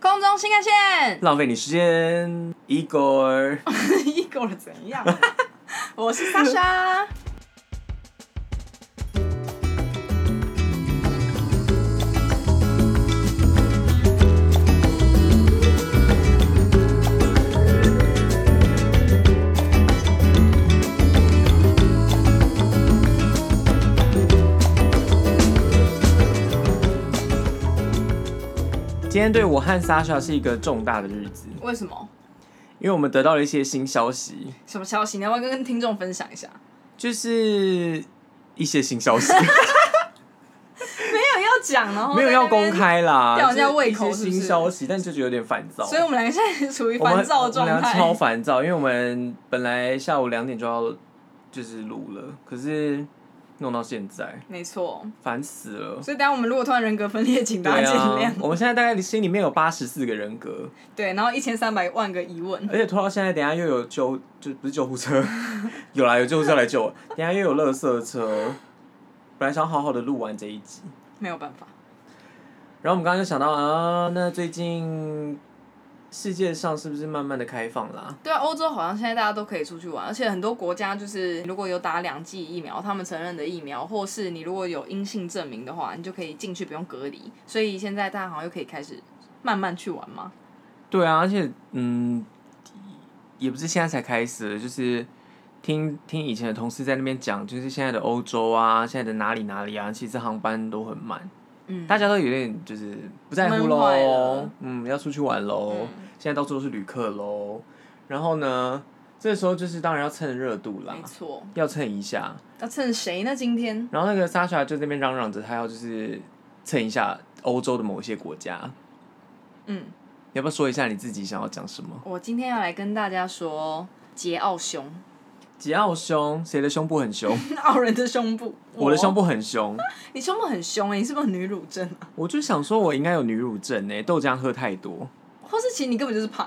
空中新干线，浪费你时间，Igor。 一狗了怎样？我是莎莎。今天对我和 Sasha 是一个重大的日子， 为什么？因为我们得到了一些新消息，什么消息？你要不要跟听众分享一下？就是一些新 消息，没有要讲，然后没有要公在 开啦，吊人家胃口就是是一不是些新消息，但就是有点烦躁那边，。所以我们两个现在处于我们烦躁的状我们俩态。超烦躁，因为我们本来下午两点就要就是录了，可是弄到现在，没错，烦死了。所以等一下我们如果突然人格分裂，请大对家见啊谅。，我们现在大概心里面有八十四个人格，对，然后一千三百万个疑问，而且拖到现在，等一下又有救，就不是救护车， 有啦，有救护车来救我。等一下又有垃圾车，本来想好好的录完这一集，没有办法。然后我们刚刚就想到啊，那最近世界上是不是慢慢的开放啦？对啊，欧洲好像现在大家都可以出去玩，而且很多国家就是如果有打两剂疫苗，他们承认的疫苗，或是你如果有阴性证明的话，你就可以进去不用隔离。所以现在大家好像又可以开始慢慢去玩嘛。对啊，而且嗯，也不是现在才开始的，就是听听以前的同事在那边讲，就是现在的欧洲啊，现在的哪里哪里啊，其实航班都很满，嗯，大家都有点就是不在乎闷坏喽了，嗯，要出去玩喽，嗯现在到处都是旅客喽，然后呢，这时候就是当然要趁热度啦没，错，要蹭一下，要趁谁呢？今天然后那个 Sasha 就在那边嚷嚷着，他要就是蹭一下欧洲的某一些国家，嗯，你要不要说一下你自己想要讲什么？我今天要来跟大家说桀骜胸，桀骜胸，谁的胸部很凶？ 傲人的胸部，我的胸部，部很凶，你胸部很凶哎、你是不是有女乳症啊？我就想说，我应该有女乳症诶、豆浆喝太多，或是其实你根本就是胖，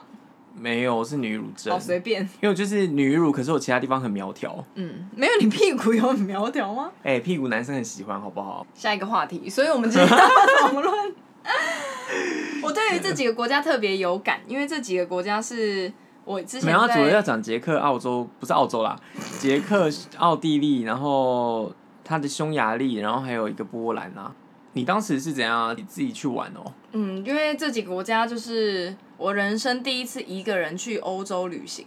没有，我是女乳症好，随便，因为我就是女乳，可是我其他地方很苗条，嗯，没有你屁股有很苗条吗？哎、屁股男生很喜欢，好不好？下一个话题，所以我们今 天要讨论。我对于这几个国家特别有感，因为这几个国家是我之没前有，啊他主要要在讲捷克、澳洲，不是澳洲啦，捷克、 奥地利，然后他的匈牙利，然后还有一个波兰啦。你当时是怎样啊？你自己去玩哦、嗯，因为这几个国家就是我人生第一次一个人去欧洲旅行，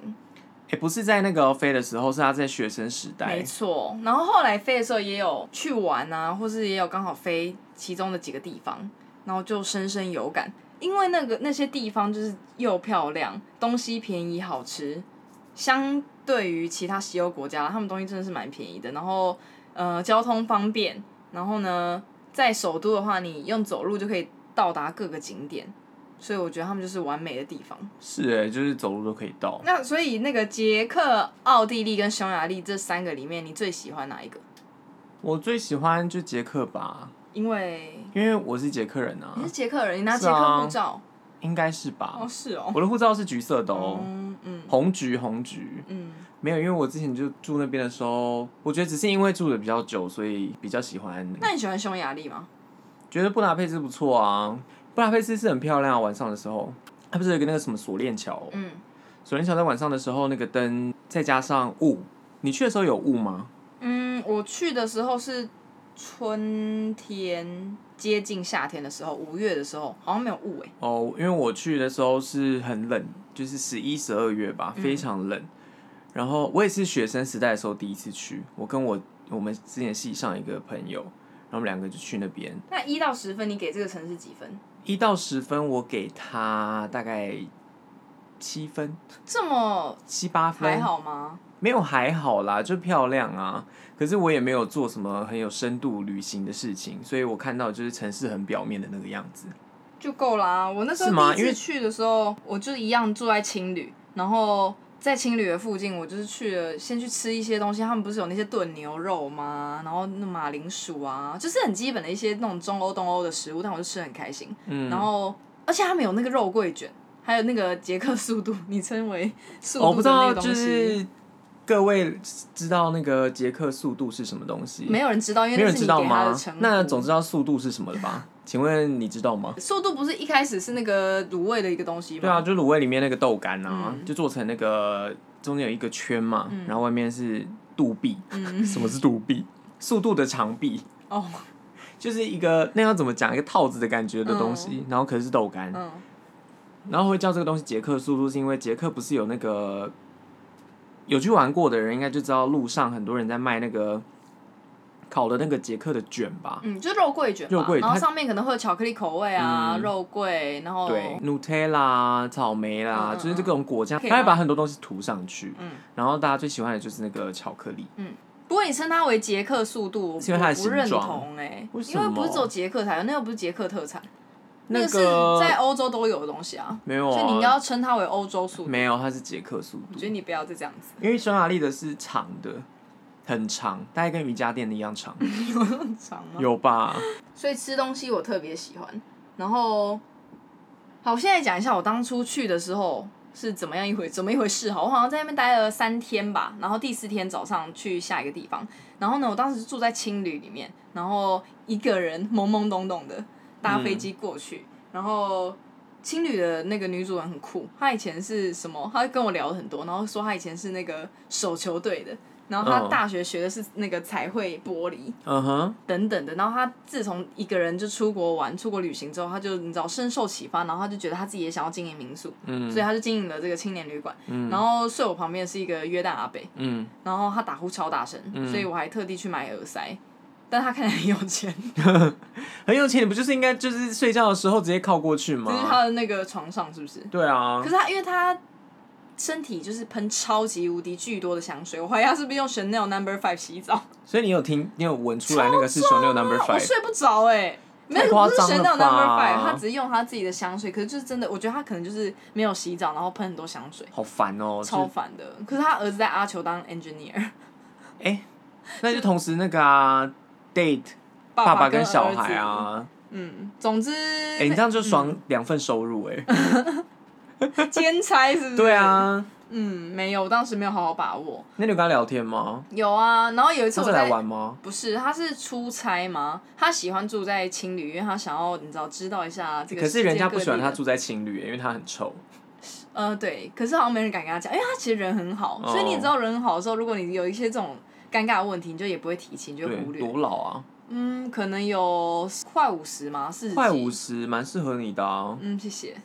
哎、不是在那个飞的时候，是他在学生时代没。错。然后后来飞的时候也有去玩啊，或是也有刚好飞其中的几个地方，然后就深深有感，因为那个那些地方就是又漂亮，东西便宜好吃，相对于其他西欧国家，他们东西真的是蛮便宜的。然后呃，交通方便，然后呢，在首都的话，你用走路就可以到达各个景点，所以我觉得他们就是完美的地方。是哎、就是走路都可以到。那所以那个捷克、奥地利跟匈牙利这三个里面，你最喜欢哪一个？我最喜欢就捷克吧，因为因为我是捷克人啊你，是捷克人，你拿是捷啊克护照、应该是吧哦，。是哦，我的护照是橘色的哦，嗯嗯红橘红橘。嗯，没有，因为我之前就住那边的时候，我觉得只是因为住的比较久，所以比较喜欢。那你喜欢匈牙利吗？觉得布达佩斯不错啊，布达佩斯是很漂亮、啊，晚上的时候，它不是有一个那个什么锁链桥哦？嗯锁链桥在晚上的时候，那个灯再加上雾，你去的时候有雾吗？嗯，我去的时候是春天接近夏天的时候，五月的时候好像没有雾欸诶、哦，因为我去的时候是很冷，就是十一、十二月吧，嗯非常冷。然后我也是学生时代的时候第一次去，我跟我我们之前系上一个朋友，然后我们两个就去那边。那一到十分，你给这个城市几分？一到十分，我给他大概七分、这么七八还分，好吗？没有还好啦，就漂亮啊。可是我也没有做什么很有深度旅行的事情，所以我看到就是城市很表面的那个样子。就够啦。我那时是吗候第一因为次去的时候，我就一样住在青旅，然后在青旅的附近，我就是去了，先去吃一些东西。他们不是有那些炖牛肉吗？然后那马铃薯啊，就是很基本的一些那种中欧、东欧的食物，但我就吃得很开心。嗯，然后，而且他们有那个肉桂卷，还有那个捷克速度，你称为速哦我度不知的那道，啊个东就西。是各位知道那个捷克速度是什么东西？没有人知道，因没为有那人是知你道给他的吗称？呼。那总知道速度是什么了吧？请问你知道吗？速度不是一开始是那个卤味的一个东西吗？对啊，就卤味里面那个豆干啊，嗯就做成那个中间有一个圈嘛，然后外面是肚壁。 什么是肚壁？速度的长臂，嗯哦， 就是一个那要怎么讲一个套子的感觉的东西，然后可是是豆干，嗯，然后会叫这个东西捷克速度，是因为捷克不是有那个有去玩过的人应该就知道，路上很多人在卖那个烤的那个捷克的卷吧，嗯，就是肉桂卷吧，肉桂然后它上面可能会有巧克力口味啊，嗯肉桂，然后对，Nutella、草啊莓哦啦，嗯嗯就是这种果酱，可以它会吗把很多东西涂上去，嗯然后大家最喜欢的就是那个巧克力。不过你称它为捷克速度，我是因为它的不不认形状同哎、为什因么为不是只有捷克才有，那又不是捷克特产，那个个是在欧洲都有的东西啊，没有所以你应该啊，要称它为欧洲速度。没有，啊它是捷克速我度觉，得你不要再这样子，因为匈牙利的是长的，很长，大概跟瑜伽垫的一 样长，很长吗？有吧？所以吃东西我特别喜欢。然后，好，我现在讲一下我当初去的时候是怎么样一回怎么一回事好，我好像在那边待了三天吧，然后第四天早上去下一个地方。然后呢，我当时住在青旅里面，然后一个人懵懵懂懂的搭飞机过去，然后。青旅的那个女主人很酷，她以前是什么？她跟我聊了很多，然后说她以前是那个手球队的，然后她嗯大学学的是那个彩绘玻璃，嗯哼，等等的。然后他自从一个人就出国玩、出国旅行之后，他就你知道深受启发，然后他就觉得他自己也想要经营民宿，嗯所以他就经营了这个青年旅馆。然后睡我旁边是一个约旦阿北，嗯，然后他打呼超大声，所以我还特地去买耳塞。但他看起来很有钱，很有钱，你不就是应该就是睡觉的时候直接靠过只去是吗？他的那个床上是不是？对啊可，是他因为他身体就是喷超级无敌巨多的香水，我怀疑他是不是用 Chanel Number Five 洗澡？所以你有听，你有闻出来那个是 Chanel Number 我 Five，睡不着哎、没有，太不夸是张选了到 number five，吧他只是用他自己的香水，可是就是真的，我觉得他可能就是没有洗澡，然后喷很多香水，好烦哦、就超烦的。可是他儿子在阿球当 engineer，哎、那就同时那个啊，date 爸 爸跟跟小儿子孩。啊，嗯，总之，哎、你这样就双两份收入哎、嗯 兼差是不是？对，啊，嗯，没有，我当时没有好好把握。那你有跟他聊天吗？有啊，然后有一次他我是在来玩吗？不是，他是出差吗？他喜欢住在青旅，因为他想要你知道知道一下这个。可是人家不喜欢他。住在情侣、因为他很臭。呃，对，可是好像没人敢跟他讲，因为他其实人很好，哦所以你知道人很好的时候，如果你有一些这种尴尬的问题，你就也不会提起，你就会对忽，略。多老啊，嗯，可能有快五十吗？四十？快五？十，蛮适合你的啊。嗯，谢谢。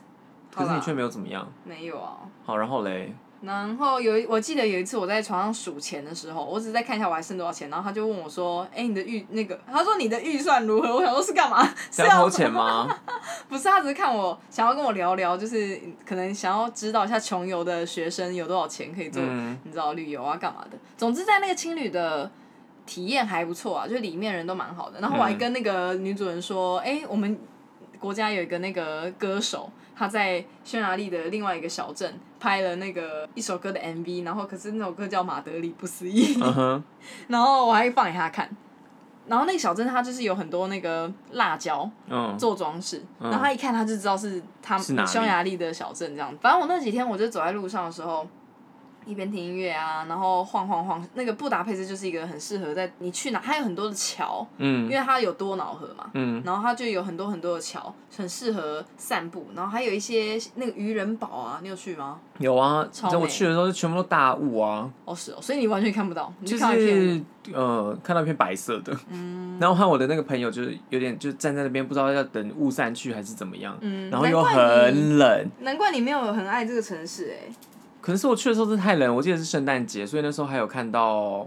可是好你啦却没有怎么样。没有啊。好，然后嘞，然后有一，我记得有一次我在床上数钱的时候，我只是在看一下我还剩多少钱，然后他就问我说：“哎、你的预那个？”他说：“你的预算如何？”我想说是干嘛？是啊是要要偷 钱吗？嗯不是，他只是看我想要跟我聊聊，就是可能想要知道一下穷游的学生有多少钱可以做，嗯你知道旅游啊干嘛的。总之，在那个青旅的体验还不错啊，就是里面人都蛮好的。然后我还嗯跟那个女主人说，哎、我们国家有一个那个歌手，他在匈牙利的另外一个小镇拍了那个一首歌的 MV，然后可是那首歌叫《马德里不思议》。 嗯哼，然后我还放给他看。然后那个小镇它就是有很多那个辣椒，嗯，做装饰，嗯然后他一看他就知道是他是哪们里匈牙利的小镇这样。反正我那几天我就走在路上的时候，一边听音乐啊，然后晃晃晃。那个布达佩斯就是一个很适合在你去哪，它有很多的桥，因嗯为它有多瑙河嘛，嗯，然后它就有很多很多的桥，很适合散步。然后还有一些那个渔人堡啊，你有去吗？有啊。超在我美去的时候，全部都大雾啊，哦是哦，所以你完全看不到，你就看到一片是呃，看到一片白色的。嗯 然后和我的那个朋友就是有点就站在那边，不知道要等雾散去还是怎么样。嗯然后又难怪你很冷，难怪你没有很爱这个城市哎、可是我去的时候真的太冷，我记得是圣诞节，所以那时候还有看到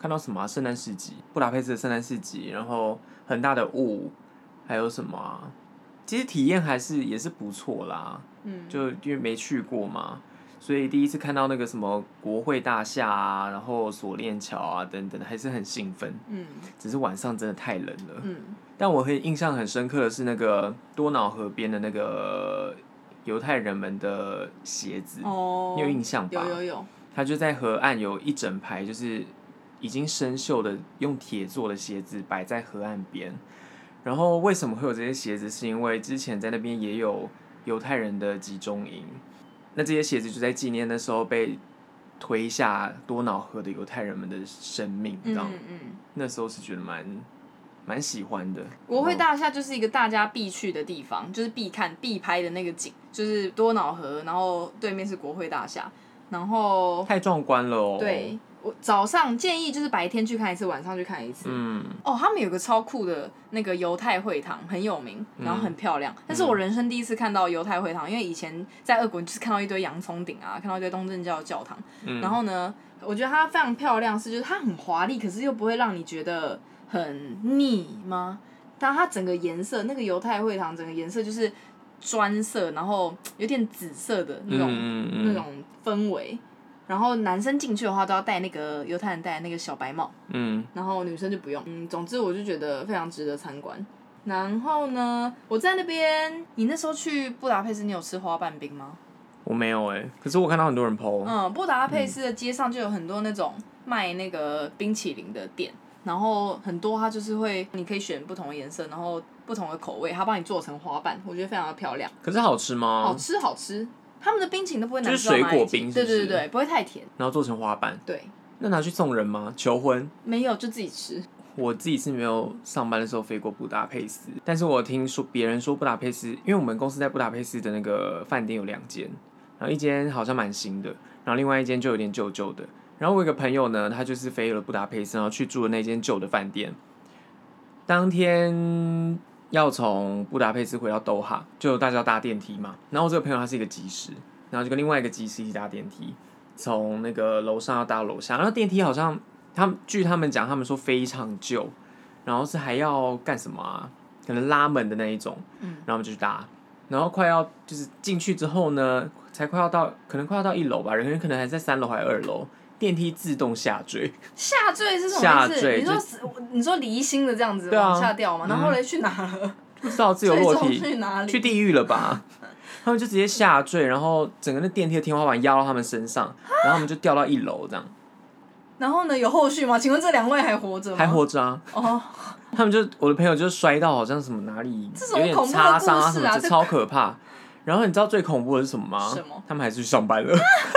看到什么啊圣、诞市集，布达佩斯的圣诞市集，然后很大的雾，还有什么、啊？其实体验还是也是不错啦，嗯，就因为没去过嘛，所以第一次看到那个什么国会大厦啊，然后锁链桥啊等等，还是很兴奋。嗯只是晚上真的太冷了。嗯但我很印象很深刻的是那个多瑙河边的那个犹太人们的鞋子，哦，你有印象吧？有有有，他就在河岸有一整排，就是已经生锈的用铁做的鞋子摆在河岸边。然后为什么会有这些鞋子？是因为之前在那边也有犹太人的集中营，那这些鞋子就在纪念那时候被推下多瑙河的犹太人们的生命，这嗯样。嗯嗯。那时候是觉得蛮蛮喜欢的。国会大厦就是一个大家必去的地方，就是必看、必拍的那个景，就是多瑙河，然后对面是国会大厦，然后太壮观了哦。对，我早上建议就是白天去看一次，晚上去看一次。嗯，哦，他们有个超酷的那个犹太会堂，很有名，嗯然后很漂亮。但是我人生第一次看到犹太会堂，因为以前在俄国就是看到一堆洋葱顶啊，看到一堆东正教教堂。嗯然后呢，我觉得它非常漂亮，是就是它很华丽，可是又不会让你觉得很腻吗？但它整个颜色，那个犹太会堂整个颜色就是砖色，然后有点紫色的那种、嗯那种氛围。然后男生进去的话，都要戴那个犹太人戴的那个小白帽。嗯然后女生就不用。嗯，总之我就觉得非常值得参观。然后呢，我在那边，你那时候去布达佩斯，你有吃花瓣冰吗？我没有哎、可是我看到很多人 PO，、嗯，布达佩斯的街上就有很多那种卖那个冰淇淋的店，然后很多它就是会，你可以选不同的颜色，然后不同的口味，它帮你做成花瓣，我觉得非常的漂亮，可是好吃吗？好吃好吃。他们的冰淇淋都不会难嗯就是吃到哪水里果去冰是对不对是对对，不会太甜，然后做成花瓣，对，那拿去送人吗？求婚？没有就自己吃。我自己是没有上班的时候飞过布达佩斯，但是我听说别人说布达佩斯，因为我们公司在布达佩斯的那个饭店有两间，然后一间好像蛮新的，然后另外一间就有点旧旧的。然后我有一个朋友呢，他就是飞了布达佩斯，然后去住的那间旧的饭店。当天要从布达佩斯回到多哈，就大家要搭电梯嘛。然后我这个朋友他是一个技师，然后就跟另外一个技师一起搭电梯，从那个楼上要搭到楼下。然后电梯好像他们据他们讲，他们说非常旧，然后是还要干什么啊？可能拉门的那一种，嗯然后我们就去搭，然后快要就是进去之后呢，才快要到，可能快要到一楼吧，人可能还在三楼还是二楼，电梯自动下坠，下坠是什么下意思？坠你说死你说离心的这样子对啊往下掉嘛，然后嘞去哪了？不知道自 由最落终体，去哪去里？地狱了吧？他们就直接下坠，然后整个那电梯的天花板压到他们身上，然后他们就掉到一楼，这样然后呢？有后续吗？请问这两位还活着吗？还活着啊。哦， 他们就我的朋友就摔到好像什么哪里这什有么点恐怖的擦伤啊故什事么啊的，这超可怕。然后你知道最恐怖的是什么吗？什么他们还是去上班了。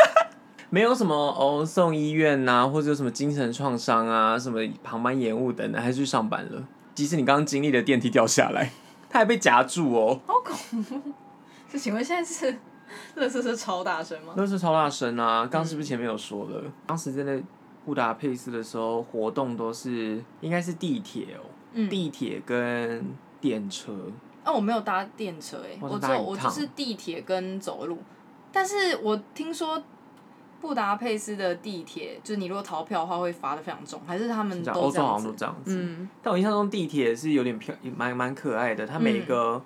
没有什么哦，送医院呐、或者有什么精神创伤啊，什么航班延误等等，还是去上班了。即使你刚刚经历了电梯掉下来，他还被夹住哦，好恐怖！就请问现在是乐色车超大声吗？那是超大声啊！刚刚是嗯不是前面有说了？当时在那布达佩斯的时候，活动都是应该是地铁哦，嗯地铁跟电车。啊，我没有搭电车诶、我我只只搭有一我就趟是地铁跟走路。但是我听说布达佩斯的地铁，就是你如果逃票的话会罚的非常重，还是他们是这样都欧这洲好样像都子？这样子。嗯，但我印象中地铁是有点漂，也蛮蛮可爱的。它嗯每一个、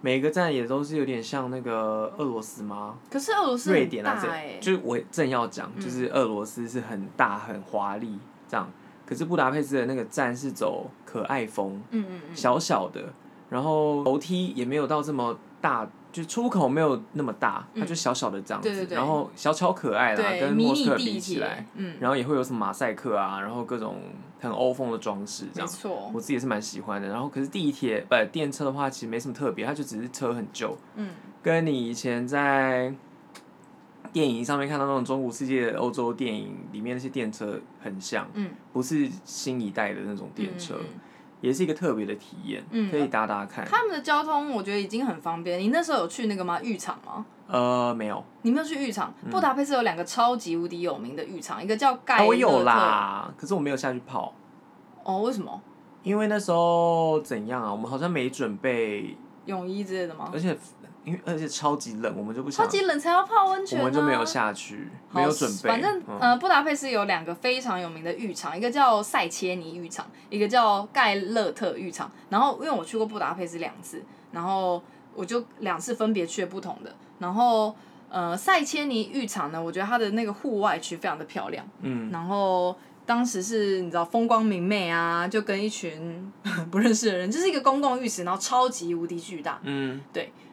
每一个站也都是有点像那个俄罗斯吗？可是俄罗斯瑞很典大欸嗯啊这，诶、就是我正要讲，就是俄罗斯是很大很华丽这样。可是布达佩斯的那个站是走可爱风，嗯嗯嗯，小小的，然后楼梯也没有到这么大，就出口没有那么大，它就小小的这样嗯子，对对对然后小巧可爱啦，对，跟迷莫斯你科地比起铁来，，嗯，然后也会有什么马赛克啊，然后各种很欧风的装饰这没样。错，我自己也是蛮喜欢的。然后可是地铁呃电车的话，其实没什么特别，它就只是车很旧，嗯，跟你以前在电影上面看到那种中古世界的欧洲电影里面那些电车很像，嗯，不是新一代的那种电车，嗯嗯也是一个特别的体验，嗯可以搭搭看。他们的交通我觉得已经很方便。你那时候有去那个吗？浴场吗？呃，没有，你没有去浴场？嗯布达佩斯有两个超级无敌有名的浴场，一个叫盖啊勒特。我有。啦，可是我没有下去泡，哦，为什么？因为那时候怎样啊，我们好像没准备，泳衣之类的吗而？且因为而且超级冷，我们就不想超，级冷才要泡温啊我泉、啊。们就没有下去，好。没有准备，反正、嗯呃，布达佩斯有两个非常有名的浴场，一个叫塞切尼浴场，一个叫盖勒特浴场。然后因为我去过布达佩斯两次，然后我就两次分别去了不同的。然后呃，塞切尼浴场呢，我觉得它的那个户外区非常的漂亮。嗯。然后当时是你知道风光明媚啊，就跟一群 不认识的人，就是一个公共浴池，然后超级无敌巨大，嗯，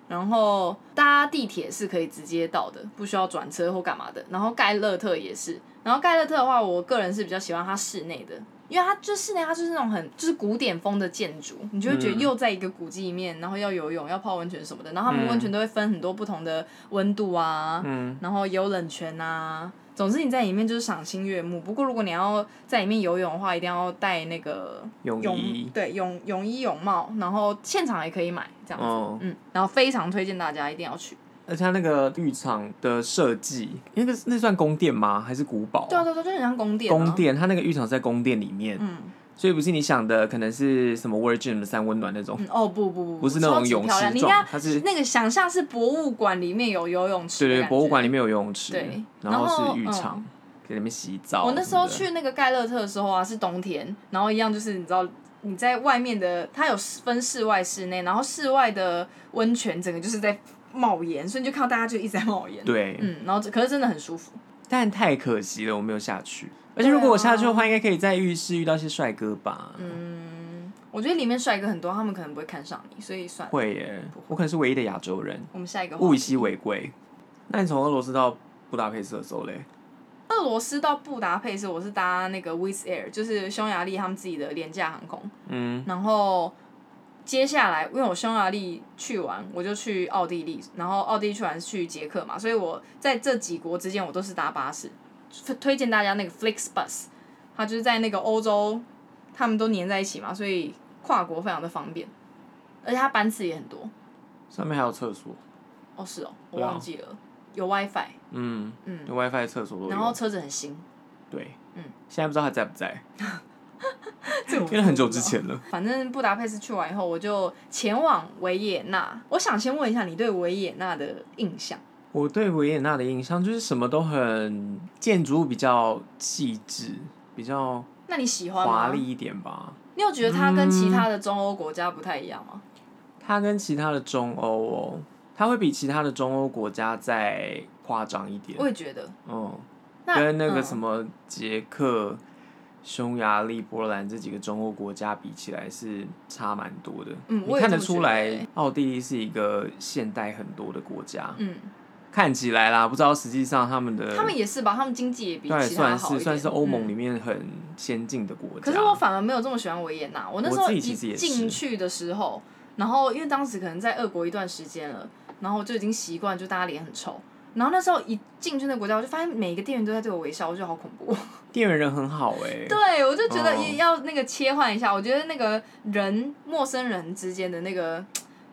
然后搭地铁是可以直接到的，不需要转车或干嘛的。然后盖勒特也是，然后盖勒特的话，我个人是比较喜欢它室内的。因为它就室内，它就是那种很就是古典风的建筑，你就会觉得嗯又在一个古迹里面，然后要游泳、要泡温泉什么的，然后他们温泉都会分很多不同的温度啊，嗯然后有冷泉啊，总之你在里面就是赏心悦目。不过如果你要在里面游泳的话，一定要带那个泳衣对泳泳衣泳帽，然后现场也可以买这样子。哦，嗯，然后非常推荐大家一定要去。而且它那个浴场的设计，那个那算宫殿吗？还是古堡、对啊对啊对啊，就很像宫殿、啊。宫。殿，它那个浴场是在宫殿里面，嗯所以不是你想的可能是什么 Virgin 的三温暖那种，嗯哦不不不不是那种泳超级漂亮池你状看，它是那个想象是博物馆里面有游泳池，对对，博物馆里。面有游泳池对，然然后嗯是浴场，给你们洗澡。我那时候什么的，去那个盖勒特的时候啊，是冬天，然后一样就是你知道你在外面的，它有分室外、室内，然后室外的温泉整个就是在冒烟，所以你就看到大家就一直在冒烟。，对，嗯，然后这可是真的很舒服。但太可惜了，我没有下去。而且对啊如果我下去的话，应该可以在浴室遇到一些帅哥吧？嗯我觉得里面帅哥很多，他们可能不会看上你，所以算了。会耶，我可能是唯一的亚洲人，我们下一个话物以题稀为贵。那你从俄罗斯到布达佩斯的时候嘞？俄罗斯到布达佩斯，我是搭那个 Wizz Air，就是匈牙利他们自己的廉价航空。嗯，然后接下来，因为我匈牙利去完，我就去奥地利，然后奥地利去完是去捷克嘛，所以我在这几国之间我都是搭巴士。推推荐大家那个 FlixBus，它就是在那个欧洲，他们都粘在一起嘛，所以跨国非常的方便，而且它班次也很多。上面还有厕所，哦，是哦，我对啊忘记了，有 WiFi，嗯嗯有，WiFi 厕所都然后有。车子很新，对，嗯现在不知道还在不在， 这我因为很久不知之道前了。反正布达佩斯去完以后，我就前往维也纳。我想先问一下你对维也纳的印象。我对维也纳的印象就是什么都很建筑物比较细致，比较那你喜欢华吗？丽一点吧。你有觉得它跟其他的中欧国家不太一样吗？它跟其他的中欧哦，它会比其他的中欧国家再夸张一点我。也觉得。嗯，那嗯跟那个什么、么捷克、匈牙利、波兰这几个中欧国家比起来是差蛮多的。嗯你我也看得这么出觉得来欸，奥地利是一个现代很多的国家，嗯，看起来啦，不知道实际上他们的他们也是吧，他们经济也比对其他算好一点。是算是欧嗯盟里面很先进的国可家。是我反而没有这么喜欢维也纳。我那时我候自己一其实也是进去的时候，然后因为当时可能在俄国一段时间了，然后就已经习惯，就大家脸很臭。然后那时候一进去那个国家，我就发现每一个店员都在对我微笑，我觉得好恐怖。店员人很好哎、对，我就觉得哦也要那个切换一下。我觉得那个人陌生人之间的那个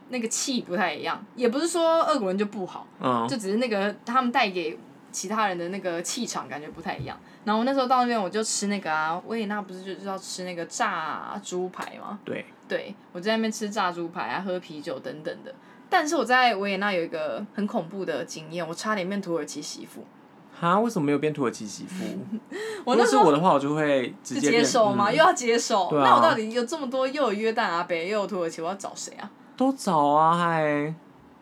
那个气不太一样，也不是说俄国人就不好，嗯，就只是那个他们带给其他人的那个气场感觉不太一样。然后我那时候到那边，我就吃那个啊，维也纳不是就是要吃那个炸猪排吗？对，对，我就在那边吃炸猪排啊，喝啤酒等等的。但是我在维也纳有一个很恐怖的经验，我差点变土耳其媳妇。哈，为什么没有变土耳其媳妇？ 我如那果时是候我的话，我就会直是接接变手吗？嗯又要接手？对啊那我到底有这么多，又有约旦阿北，又有土耳其，我要找谁啊？都找啊，嗨，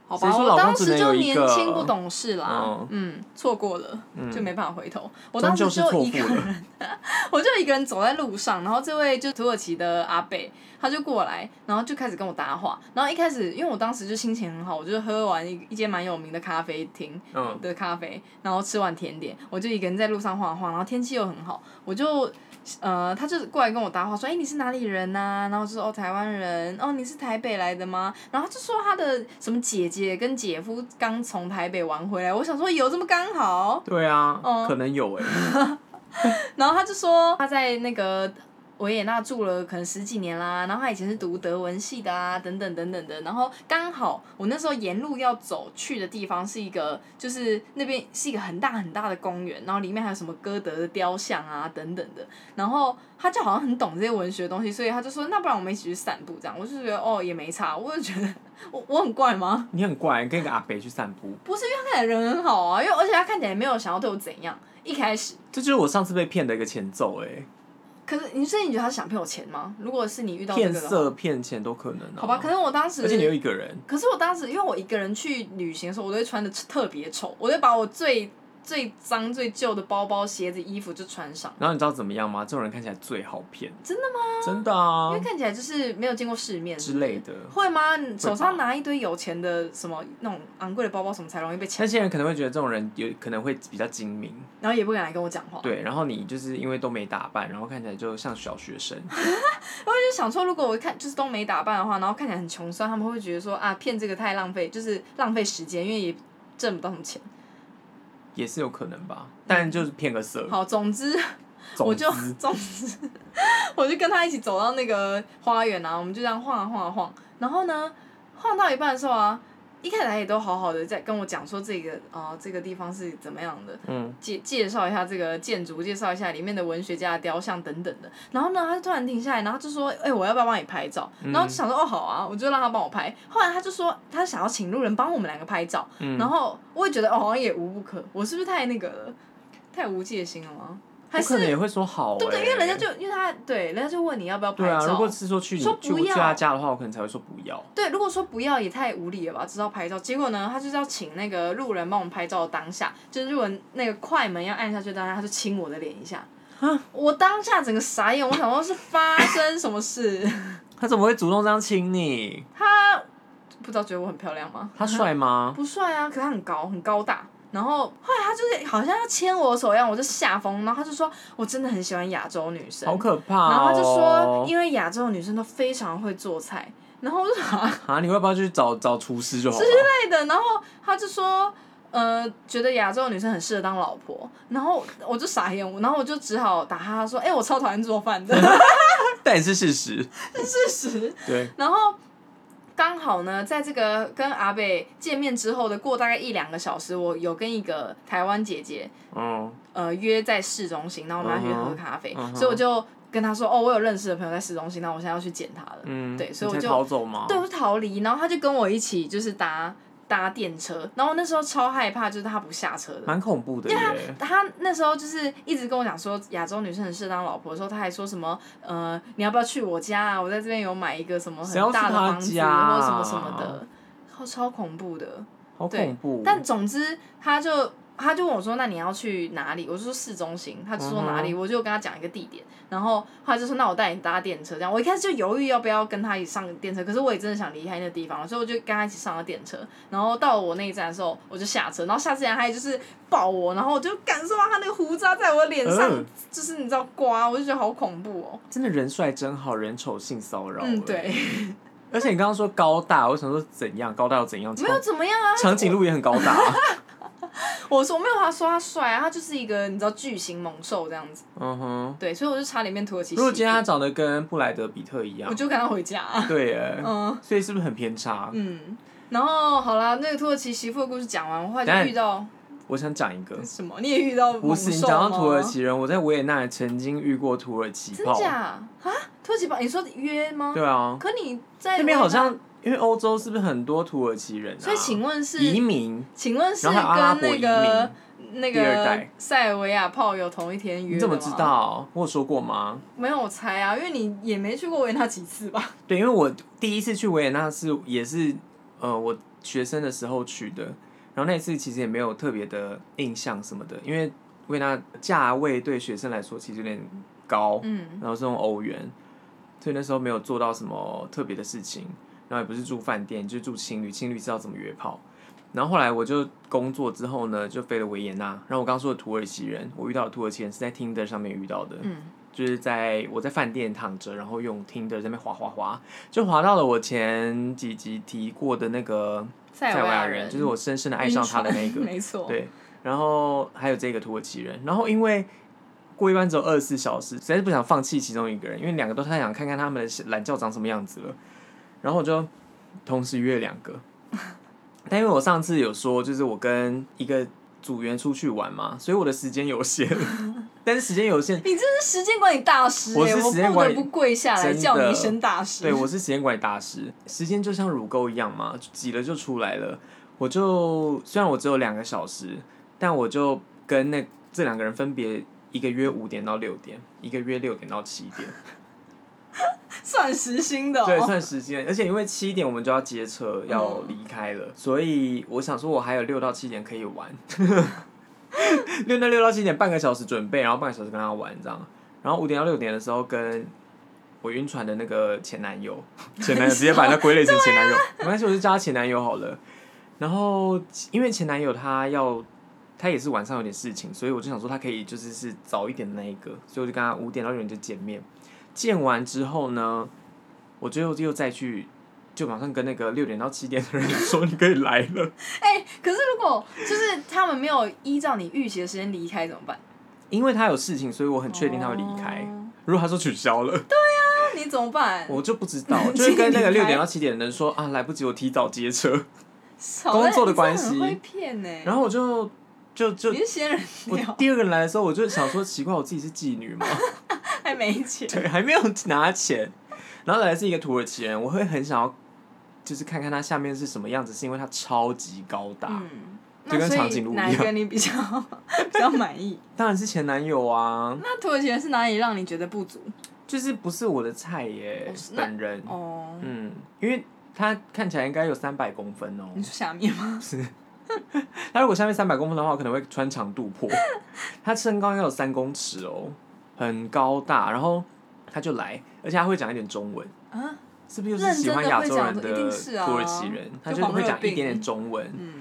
好吧，谁说我老公当只时能就有一年个轻不懂事啦嗯，嗯，错过了就没办法回头。我终当时究是就错一付个了人，。 我就一个人走在路上，然后这位就土耳其的阿北，他就过来，然后就开始跟我搭话。然后一开始，因为我当时就心情很好，我就喝完一一间蛮有名的咖啡厅，嗯，的咖啡，然后吃完甜点，我就一个人在路上晃晃，然后天气又很好，我就呃，他就过来跟我搭话说，哎、你是哪里人呐、然后我就说哦，台湾人，哦，你是台北来的吗？然后他就说他的什么姐姐跟姐夫刚从台北玩回来，我想说有这么刚好，对啊，嗯可能有哎、然后他就说他在那个维也纳住了可能十几年啦，然后他以前是读德文系的啊，等等等等的。然后刚好我那时候沿路要走去的地方是一个，就是那边是一个很大很大的公园，然后里面还有什么歌德的雕像啊等等的。然后他就好像很懂这些文学的东西，所以他就说那不然我们一起去散步这样。我就觉得哦也没差，我就觉得我我很怪吗？ 你很怪，你跟一个阿北去散步，不是因为他看起来人很好啊，因为而且他看起来也没有想要对我怎样。一开始这就是我上次被骗的一个前奏哎、可是你所以你觉得他是想骗我钱吗？如果是你遇到这骗个的话，色骗钱都可能啊。好吧，可是我当时，而且你又一个人，可是我当时因为我一个人去旅行的时候，我都会穿的特别丑，我就把我最最脏、最旧的包包、鞋子、衣服就穿上，然后你知道怎么样吗？这种人看起来最好骗，真的吗？真的啊因为看起来就是没有见过世面之类的。会吗？你手上拿一堆有钱的什么那种昂贵的包包，什么才容易被抢那，些人可能会觉得这种人有可能会比较精明，然后也不敢来跟我讲话。对，然后你就是因为都没打扮，然后看起来就像小学生，就想说，如果我看就是都没打扮的话，然后看起来很穷酸，他们会觉得说啊，骗这个太浪费，就是浪费时间，因为也挣不到什么钱。也是有可能吧，但就是骗个色。好，总之总我就之总之， 我就跟他一起走到那个花园啊，我们就这样晃啊晃啊晃。然后呢，晃到一半的时候啊，一开始他也都好好的在跟我讲说这个啊、这个地方是怎么样的，嗯，介介绍一下这个建筑，介绍一下里面的文学家的雕像等等的。然后呢，他就突然停下来，然后就说：“哎、我要不要帮你拍照？”嗯然后就想说：“哦，好啊，我就让他帮我拍。”后来他就说他想要请路人帮我们两个拍照，嗯然后我也觉得哦，好像也无不可，我是不是太那个了，太无戒心了吗？还我是可能也会说好、欸，对不对？因为人家就因为他对人家就问你要不要拍对照，啊，如果是说去你说去不我去要他家的话，我可能才会说不要。对，如果说不要也太无理了吧，知道拍照。结果呢，他就是要请那个路人帮我们拍照的当下，就是如果那个快门要按下去的当下，他就亲我的脸一下。啊我当下整个傻眼，我想说是发生什么事？ 他怎么会主动这样亲你？他不知道觉得我很漂亮吗？他帅吗？不帅啊，可是他很高，很高大。然后后来他就是好像要牵我的手一样，我就吓疯。然后他就说：“我真的很喜欢亚洲女生。”好可怕、哦！然后他就说：“因为亚洲女生都非常会做菜。”然后我就说啊啊，你会不要去找找厨师就好了？对的，然后他就说，呃，觉得亚洲女生很适合当老婆，然后我就傻眼，然后我就只好打哈哈说，哎、我超讨厌做饭 的但也是事实。事实。对，然后刚好呢，在这个跟阿北见面之后的过大概一两个小时，我有跟一个台湾姐姐，嗯，呃，约在市中心，然后我们要去嗯哼喝咖啡嗯哼所以我就跟她说，哦，我有认识的朋友在市中心，那我现在要去见她了。嗯，对所以你我才就逃走吗？对，我就逃离，然后他就跟我一起就是搭搭电车，然后我那时候超害怕，就是他不下车的。蛮恐怖的耶。他那时候就是一直跟我讲说亚洲女生很适当老婆的时候，他还说什么呃你要不要去我家啊？我在这边有买一个什么谁要很去大的他房子家啊或者什么什么的，超超恐怖的。好对恐怖。哦但总之他就。他就问我说：“那你要去哪里？”我就说市中心，他就说哪里嗯我就跟他讲一个地点，然后后来就说：“那我带你搭电车。”这样，我一开始就犹豫要不要跟他一起上电车，可是我也真的想离开那个地方了，所以我就跟他一起上了电车。然后到我那一站的时候，我就下车，然后下车前他也就是抱我，然后我就感受到他那个胡渣在我脸上，嗯就是你知道刮，我就觉得好恐怖哦。真的人帅真好，人丑性骚扰。欸嗯，。对，而且你刚刚说高大，我想说怎样高大又怎样？ 没有怎么样啊。长颈鹿也很高大 啊。我说我没有他说他帅啊，他就是一个你知道巨型猛兽这样子。嗯哼。对，所以我就差点变土耳其媳妇。如果今天他长得跟布莱德比特一样我，就跟他回家、对耶，嗯所以是不是很偏差？嗯，然后好啦，那个土耳其媳妇的故事讲完，我后来等就一下遇到我想讲一个，什么？你也遇到不是猛你嗯兽讲到吗土耳，其人，我在维也纳也曾经遇过土耳其真炮，假啊？土耳其吧？你说约吗？哦对啊，可你在那边好维也像因为欧洲是不是很多土耳其人啊？纳，所以请问是，移民，请问是然后还有阿拉跟伯那移个民，那第二个代塞尔维亚炮友同一天约？你怎么知？道？我有说过吗？没有我猜啊，因为你也没去过维也纳几次吧？对，因为我第一次去维也纳是也是呃我学生的时候去的，然后那一次其实也没有特别的印象什么的，因为维也纳价位对学生来说其实有点高，嗯，然后是用欧元，所以那时候没有做到什么特别的事情，然后也不是住饭店，就住青旅，青旅知道怎么约炮。然后后来我就工作之后呢，就飞了维也纳。然后我刚说的土耳其人，我遇到的土耳其人是在 Tinder 上面遇到的，嗯就是在我在饭店躺着，然后用 Tinder 在那边滑滑滑，就滑到了我前几集提过的那个塞尔维亚人就是我深深的爱上他的那晕船 个，没错，对，然后还有这个土耳其人，然后因为过一班只有二十四小时，实在是不想放弃其中一个人，因为两个都太想看看他们的懒觉长什么样子了，然后我就同时约两个， 但因为我上次有说，就是我跟一个组员出去玩嘛，所以我的时间有限， 但是时间有限，你真是时间管理大师我哎、是我时间管理不得不跪下来真的叫你一声大 师。对，我是时间管理大师，时间就像乳沟一样嘛，挤了就出来了。我就虽然我只有两个小时，但我就跟那这两个人分别一个约五点到六点，一个约六点到七点，算时薪的、哦。对，算时间。而且因为七点我们就要接车要离开了，所以我想说我还有六到七点可以玩， 六到六到七点半个小时准备，然后半个小时跟他玩这样，然后五点到六点的时候跟。我晕船的那个前男友，前男友直接把他归类成前男友， 没关系，我就叫他前男友好了。然后因为前男友他要，他也是晚上有点事情，所以我就想说他可以就是是早一点的那一个，所以我就跟他五点到六点就见面。见完之后呢，我最后又再去就马上跟那个六点到七点的人说你可以来了， 哎、可是如果就是他们没有依照你预期的时间离开怎么办？因为他有事情，所以我很确定他会离开。哦如果他说取消 了，那你怎么办？我就不知 道，就会跟那个请你离六开点到七点的人说啊，来不及，我提早接 车。少工作的在你真很关系会骗呢、然后我就就就你是仙人我跳，第二个人来的时候，我就想说奇怪，我自己是妓女吗？ 还没钱。对，还没有拿钱。然后来是一个土耳其人，我会很想要就是看看他下面是什么样子，是因为他超级高大。嗯，啊就跟那所长以颈鹿一哪一样个你比较 比较满意？当然是前男友啊， 那土耳其人是哪里让你觉得不足？就是不是我的菜耶哦，是那本人。哦，嗯，因为他看起来应该有三百公分哦。你说下面吗？他如果下面三百公分的话，我可能会穿肠渡 破。他身高应该有三公尺哦，很高大。然后他就来，而且他会讲一点中文，啊，是不是就是喜欢亚洲人的土耳其人？他认真的会讲一定是啊就会讲一点点中文。嗯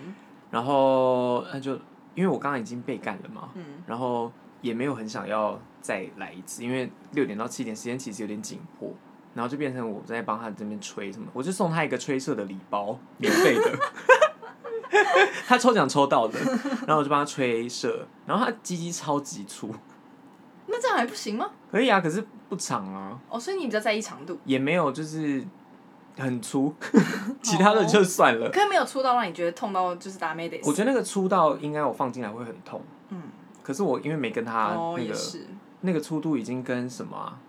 然后他就因为我刚刚已经被干了嘛，嗯，然后也没有很想要再来一次，因为六点到七点时间其实有点紧迫，然后就变成我在帮他这边吹什么，我就送他一个吹色的礼包，免费的， 他抽奖抽到的，然后我就帮他吹色，然后他鸡鸡超级粗，那这样还不行吗？可以啊，可是不长啊，哦，所以你比较在意长度，也没有就是很粗， 其他的就算了。可是没有出到让你觉得痛到就是打没得死。呃我觉得那个粗到应该我放进来会很痛，嗯，可是我因为没跟他哦啊那也个是，那个粗度已经跟什么、啊、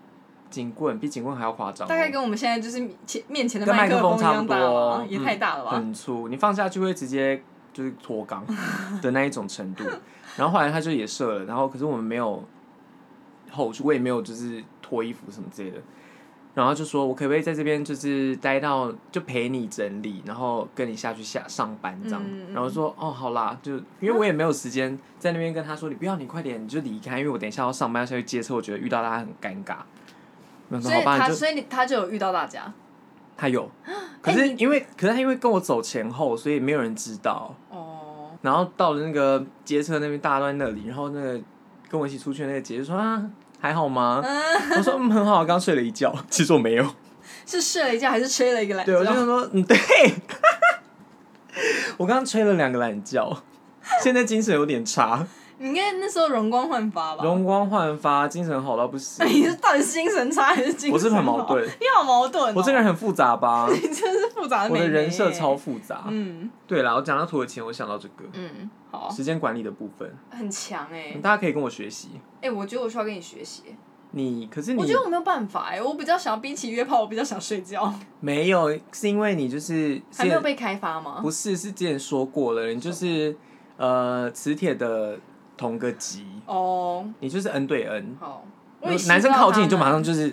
警棍比警棍还要夸张哦，大概跟我们现在就是前面前的跟麦克克风一差不样多大哦吧，也太大了吧？很粗，你放下去会直接就是 脱肛的那一种程度。然后后来他就也射了，然后可是我们没有后续，我也没有就是脱衣服什么之类的。然后就说我可不可以在这边就是待到就陪你整理，然后跟你下去下上班这样。嗯嗯嗯然后说哦好啦，就因为我也没有时间在那边跟他说你不要你快点你就离开，因为我等一下要上班要下去接车，我觉得遇到他很尴尬。我说所好以吧，你他就所以你他就有遇到大家 他有，可哎是因为、可是他因为跟我走前后，所以没有人知道。哦，然后到了那个街车那边，大家都在那里，然后那个跟我一起出去的那个姐就说啊还好吗？我说嗯很好，刚睡了一觉。 其实我没有，是睡了一觉还是吹了一个懒对我就觉？想说嗯对， 我刚刚吹了两个懒觉，现在精神有点差，你应该那时候容光焕发吧？哎容光焕发，精神好到不行。你是到底是精神差还是精神？我是很矛盾，你好矛盾、哦。我这个人，很复 杂吧？你真的是复杂的我妹妹的耶人设超复杂。嗯对啦，我讲到土耳其，我想到这个嗯，好，时间管理的部分。很强哎、欸、大家可以跟我学习。哎、我觉得我需要跟你学习。你可是你我觉得我没有办法哎、我比较想要比起约炮，我比较想睡觉。没有，是因为你就是还没有之前被开发吗？不是是之前说过了，你就是呃磁铁的同个级，哦，你就是 N 对 N，好，我也希望男生靠近你就他马上们就是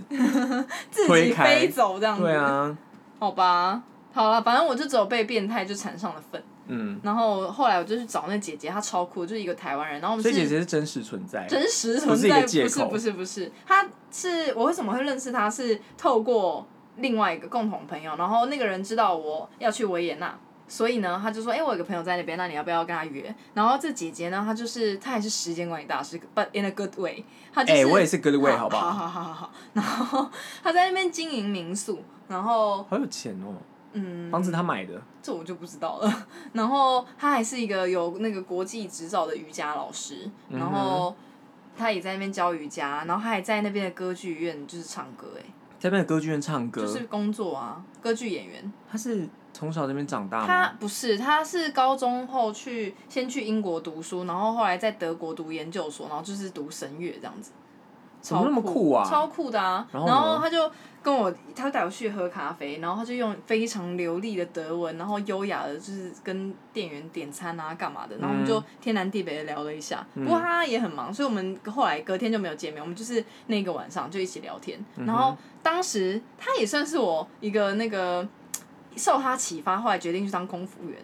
自推己开飞走这样子。对，啊，好吧，好了，反正我就只有被变态就缠上了粉。嗯，然后后来我就去找那姐姐，她超酷，就是一个台湾人。然后我们所以是姐姐是真实存在，真实不存是一个在，借不是口不是不是，他是我为什么会认识他是透过另外一个共同朋友，然后那个人知道我要去维也纳。所以呢，他就说：“哎、我有个朋友在那边，那你要不要跟他约？”然后这姐姐呢，她就是她也是时间管理大师，but in a good way。她就是，哎，我也是 good way 好不好好？好好好好。 然后她在那边经营民宿，然后好有钱哦，嗯，房子他买的，这我就不知道了。 然后他还是一个有那个国际执照的瑜伽老师，嗯哼然后他也在那边教瑜伽，然后他还在那边的歌剧院就是唱歌，哎，在那边的歌剧院唱歌就，是工作啊，歌剧演员。他是从小这边长大他吗？不是，他是高中后去先去英国读书，然后后来在德国读研究所，然后就是读声乐这样子。怎么那么超酷啊超酷的啊！然然后呢他就跟我，他带我去喝咖啡，然后他就用非常流利的德文，然后优雅的，就是跟店员点餐啊，干嗯嘛的，然后我们就天南地北的聊了一下。不过他也很忙，所以我们后来隔天就没有见面，我们就是那个晚上就一起聊天。嗯然后当时他也算是我一个那个受他启发，后来决定去当空服员，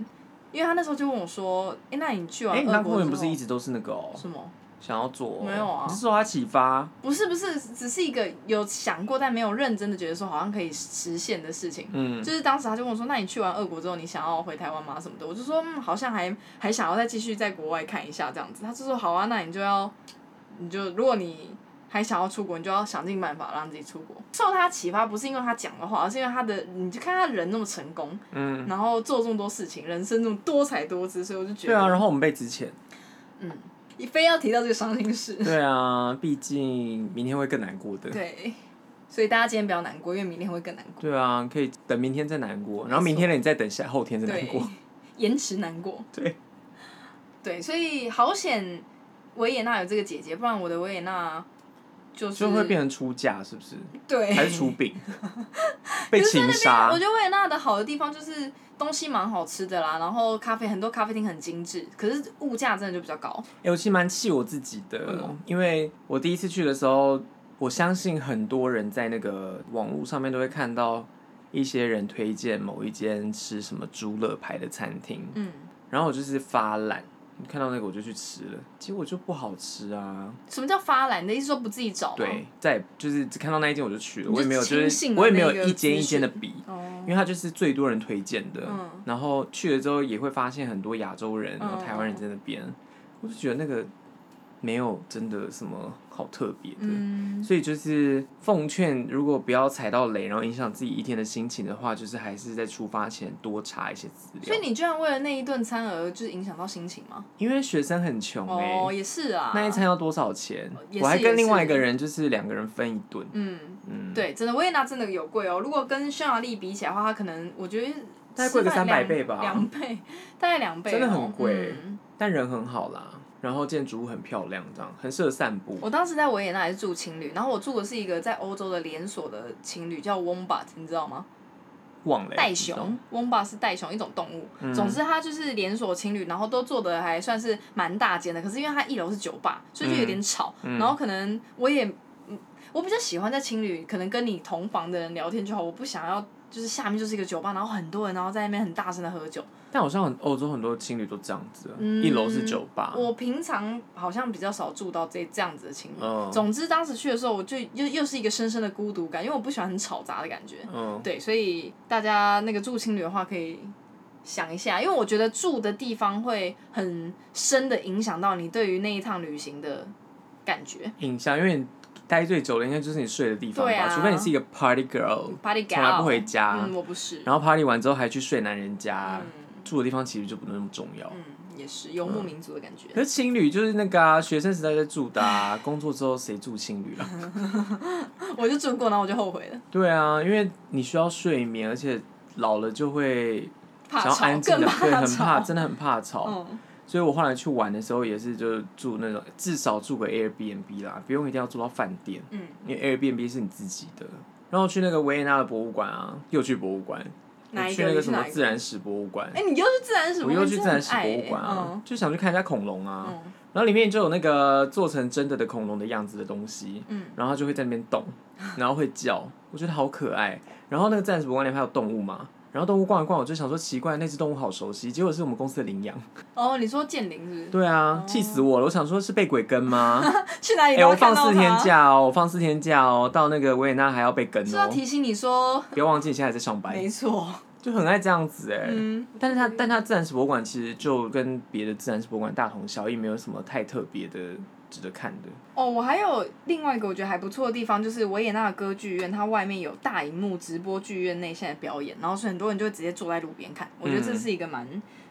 因为他那时候就问我说：“哎、那你去完哎，你俄当公国园之不是后一直都是那个哦，什么？”想要做哦没有啊你是受他启发，不是不是，只是一个有想过但没有认真的觉得说好像可以实现的事情。嗯，就是当时他就问我说：“那你去完俄国之后，你想要回台湾吗？什么的？”我就说：“嗯，好像还还想要再继续在国外看一下这样子。”他就说：“好啊，那你就要，你就如果你还想要出国，你就要想尽办法让自己出国。嗯受他启发不是因为他讲的话，而是因为他的，你就看他人那么成功，嗯，然后做这么多事情，人生这么多才多姿，所以我就觉对得，啊，然后我们被 值钱，你非要提到这个伤心事，对啊，毕竟明天会更难过的，对，所以大家今天不要难过，因为明天会更难过，对啊，可以等明天再难过，然后明天了你再等下后天再难对过，， 延迟难过，对，对，所以好险维也纳有这个姐姐，不然我的维也纳就是就会变成出嫁是不是？对，还是出 饼？被可是在情那边杀我？觉得维也纳的好的地方就是东西蛮好吃的啦，然后咖啡很多咖啡厅很精致，可是物价真的就比较高。哎、我其实蛮气我自己为什的么，因为我第一次去的时候，我相信很多人在那个网络上面都会看到一些人推荐某一间吃什么猪肋排的餐厅，嗯，然后我就是发懒，看到那个我就去吃了，结果就不好吃啊。什么叫发懒？你的意思说不自己找吗？对，再也就是只看到那一间我就去了，你就我也没有就轻是信了我也没有那个一间一资间讯的比，哦因，为它就是最多人推荐的。嗯然后去了之后也会发现很多亚洲人，然后嗯台湾人在那边，我就觉得那个没有真的什么好特别的。嗯，所以就是奉劝，如果不要踩到雷，然后影响自己一天的心情的话，就是还是在出发前多查一些资所料以。你居然为了那一顿餐而就是影响到心情吗？因为学生很穷哎、哦，也是啊。那一餐要多少钱也？是我还也跟另外是一个人就是两个人分一顿，嗯，嗯，对，真的维也纳真的有贵哦。如果跟匈牙利比起来的话，它可能我觉得大概贵个吃饭300两倍吧两倍， 大概两倍哦、真的很贵嗯但人很好啦，然后建筑物很漂亮，这样很适合散步。我当时在维也纳也是住情侣，然后我住的是一个在欧洲的连锁的情侣，叫 Wombat，你知道吗？忘了欸袋不知道熊，Wombat 是袋熊一种动物。嗯总之，它就是连锁情侣，然后都做的还算是蛮大间的。可是因为它一楼是酒吧，所以就有点吵。然后可能我也，嗯我比较喜欢在情侣，可能跟你同房的人聊天就好，我不想要就是下面就是一个酒吧，然后很多人，然后在那边很大声的喝酒。但好像很欧洲很多情侣都这样子啊，嗯一楼是酒吧，我平常好像比较少住到这这样子的情侣。嗯总之，当时去的时候，我就又又是一个深深的孤独感，因为我不喜欢很吵杂的感觉。嗯，对，所以大家那个住青旅的话，可以想一下，因为我觉得住的地方会很深的影响到你对于那一趟旅行的感觉。影像，因为你待最久的应该就是你睡的地方吧，对啊除非你是一个 party girl， Party girl，从来不回家，嗯，我不是，然后 party 完之后还去睡男人家，嗯住的地方其实就不那么重要。嗯，也是游牧民族的感觉。可是情侣就是那个啊，学生时代在住的啊， 工作之后谁住情侣啊？嗯我就住过，然后我就后悔了，对啊，因为你需要睡眠，而且老了就会怕想要吵，安静更的，对，怕很怕，吵。真的很怕吵。嗯，所以我后来去玩的时候也是，就是住那种至少住个 Airbnb 啦，不用一定要住到饭店，嗯，因为 Airbnb 是你自己的。然后去那个维也纳的博物馆啊，又去博物馆，哪我一去个？那你个去什么哪一自个？然史博物馆，哎，你又去自然史博我物馆，又去真自的然很史博物馆爱欸啊，嗯就想去看一下恐龙啊。嗯然后里面就有那个做成真的的恐龙的样子的东西，嗯然后它就会在那边 动，然后会叫，我觉得好可爱。然后那个自然史博物馆里面还有动物嘛，然后动物逛一逛，我就想说奇怪，那只动物好熟悉，结果是我们公司的羚羊。哦，你说剑灵是不对啊，气死我了！我想说是被鬼跟 吗？是？去哪里哎、都要我放看到四天它。假哦，我放四天假哦，到那个维也纳还要被跟是要哦，提醒你说，不要忘记你现在还在上班，没错，就很爱这样子哎、嗯，但是它，但它自然史博物馆其实就跟别的自然史博物馆大同小异，没有什么太特别的值得看的。哦，我还有另外一个我觉得还不错的地方，就是维也纳的歌剧院，它外面有大荧幕直播剧院内线的表演，然后所以很多人就会直接坐在路边看，我觉得这是一个蛮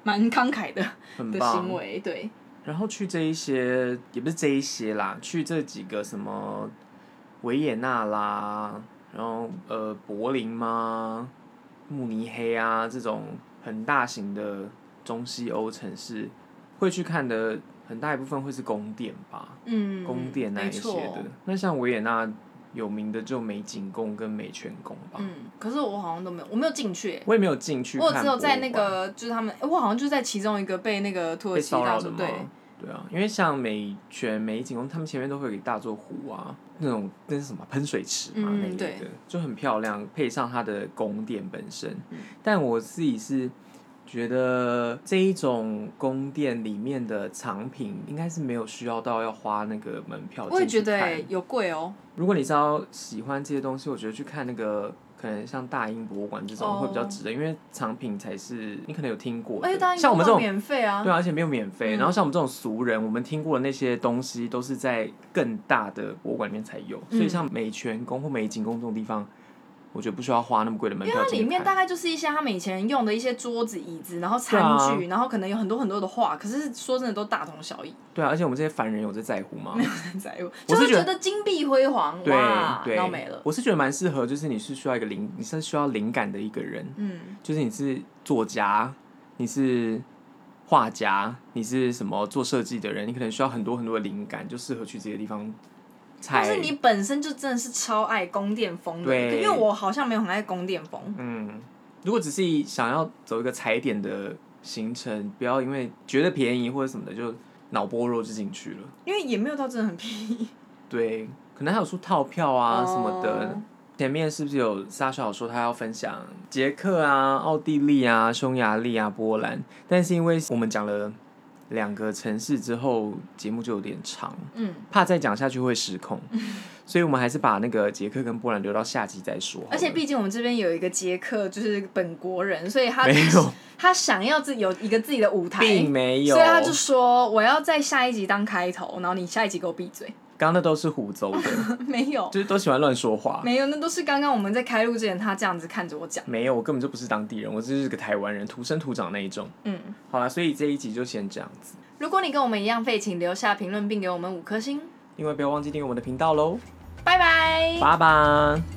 蛮慷慨的嗯很的棒行。为，对，然后去这一些，也不是这一些啦，去这几个什么维也纳啦，然后呃柏林嘛、慕尼黑啊这种很大型的中西欧城市，会去看的很大一部分会是宫殿吧，嗯，宫殿那没一些错的。那像维也纳有名的就美景宫跟美泉宫吧，嗯，可是我好像都没有，我没有进去欸、我也没有进去我看只博有物在那馆个，就是他们，我好像就在其中一个被那个土耳被其骚大扰的叔吗？对，对啊，因为像美泉、美景宫，他们前面都会有一大座湖啊，那种那是什么喷水池嘛、嗯那类对的，就很漂亮，配上它的宫殿本身。嗯但我自己是觉得这一种宫殿里面的藏品，应该是没有需要到要花那个门票我也进去觉得欸看。欸有贵哦、如果你是要喜欢这些东西，我觉得去看那个可能像大英博物馆这种哦会比较值得，因为藏品才是你可能有听过而且大的，家像我们这种免费啊，对啊，而且没有免费。然后像我们这种俗人，我们听过的那些东西都是在更大的博物馆里面才有，所以嗯像美泉宫或美景宫这种地方，我觉得不需要花那么贵的门因为票它进里去面看。大概就是一些他们以前用的一些桌子、椅子，然后餐具，对啊然后可能有很多很多的画，可是说真的都大同小异， 对啊，而且我们这些凡人有在在乎吗？在乎我就是会觉得觉得金碧辉煌对哇，对，然后没了，我是觉得蛮适合，就是你是需要一个灵，你是需要灵感的一个人，嗯，就是你是作家，你是画家，你是什么做设计的人，你可能需要很多很多的灵感，就适合去这些地方。但才是你本身就真的是超爱宫殿风的，对因为我好像没有很爱宫殿风，嗯，如果只是想要走一个踩点的行程，不要因为觉得便宜或者什么的就脑波弱就进去了。因为也没有到真的很便宜 嗯对，可能还有出套票啊哦什么的。前面是不是有莎小说他要分享捷克啊、奥地利啊、匈牙利啊、波兰？但是因为我们讲了两个城市之后，节目就有点长，嗯，怕再讲下去会 失控，所以我们还是把那个捷克跟波兰留到下集再说好了。而且毕竟我们这边有一个捷克就是本国人，所以他没有，他想要自有一个自己的舞台， 并没有，所以他就说我要在下一集当开头，然后你下一集给我闭嘴。 刚刚那都是胡诌的，没有，就是都喜欢乱说话。没有，那都是刚刚我们在开录之前他这样子看着我讲。没有，我根本就不是当地人，我就是个台湾人，土生土长那一种。嗯，好啦，所以这一集就先这样子，如果你跟我们一样废，请留下评论并给我们五颗星，因为不要忘记订阅我们的频道喽，拜拜。拜拜。